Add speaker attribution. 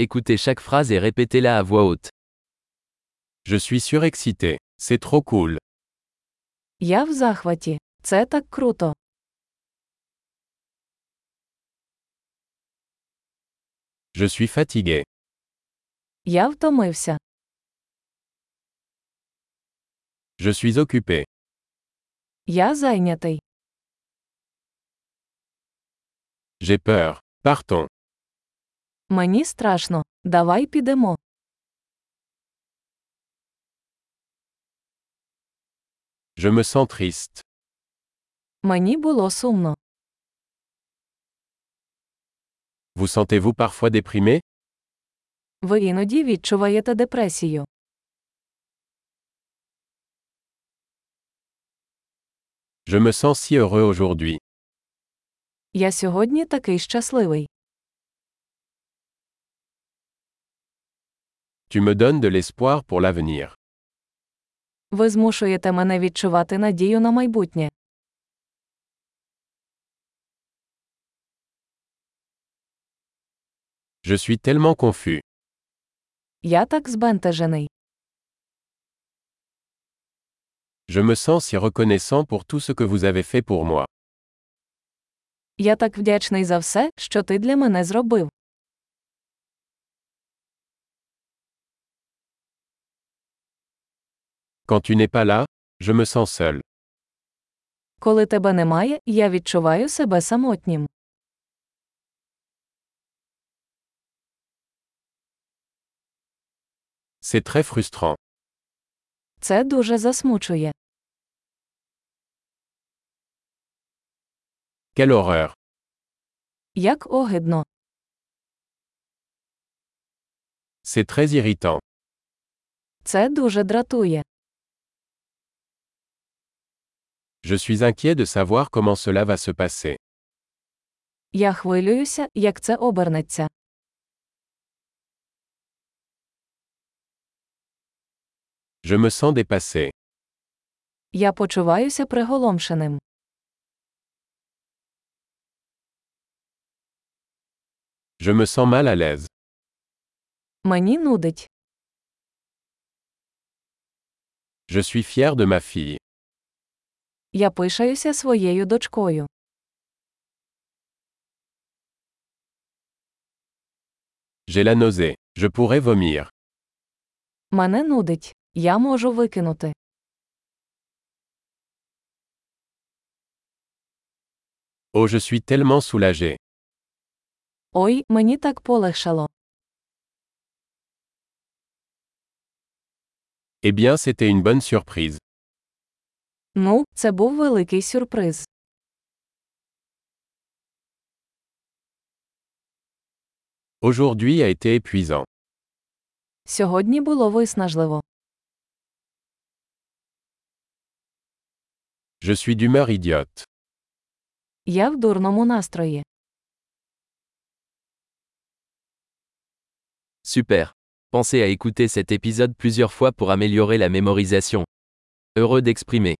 Speaker 1: Écoutez chaque phrase et répétez-la à voix haute.
Speaker 2: Je suis surexcité. C'est trop cool.
Speaker 3: Я в захваті. Це так круто.
Speaker 2: Je suis fatigué.
Speaker 3: Я втомився.
Speaker 2: Je suis occupé.
Speaker 3: Я зайнятий.
Speaker 2: J'ai peur. Partons.
Speaker 3: Мені страшно. Давай підемо.
Speaker 2: Je me sens triste.
Speaker 3: Мені було сумно.
Speaker 2: Vous sentez-vous parfois déprimé
Speaker 3: Ви іноді відчуваєте депресію.
Speaker 2: Je me sens si heureux aujourd'hui.
Speaker 3: Я сьогодні такий щасливий.
Speaker 2: Tu me donnes de l'espoir pour l'avenir.
Speaker 3: Ви змушуєте мене відчувати надію на майбутнє.
Speaker 2: Je suis tellement confus.
Speaker 3: Я так збентежений.
Speaker 2: Je me sens si reconnaissant pour tout ce que vous avez fait pour moi.
Speaker 3: Я так вдячний за все, що ти для мене зробив.
Speaker 2: Quand tu n'es pas là, je me sens seul.
Speaker 3: Коли тебе немає, я відчуваю себе самотнім.
Speaker 2: C'est très frustrant.
Speaker 3: Це дуже засмучує.
Speaker 2: Quelle horreur.
Speaker 3: Як огидно.
Speaker 2: C'est très irritant.
Speaker 3: Це дуже дратує.
Speaker 2: Je suis inquiet de savoir comment cela va se passer.
Speaker 3: Я хвилююся, як це обернеться.
Speaker 2: Je me sens dépassé.
Speaker 3: Я почуваюся приголомшеним.
Speaker 2: Je me sens mal à l'aise.
Speaker 3: Мені нудить.
Speaker 2: Je suis fier de ma fille.
Speaker 3: Я пишаюся своєю дочкою.
Speaker 2: J'ai la nausée. Je pourrais vomir.
Speaker 3: Мене нудить. Я можу викинути.
Speaker 2: Oh, je suis tellement soulagé.
Speaker 3: Ой, мені так полегшало.
Speaker 2: Eh bien, c'était une bonne surprise.
Speaker 3: Ну, це був великий сюрприз.
Speaker 2: Aujourd'hui a été épuisant.
Speaker 3: Сьогодні було виснажливо.
Speaker 2: Je suis d'humeur idiote.
Speaker 3: Я в дурному настрої.
Speaker 1: Super. Pensez à écouter cet épisode plusieurs fois pour améliorer la mémorisation. Heureux d'exprimer.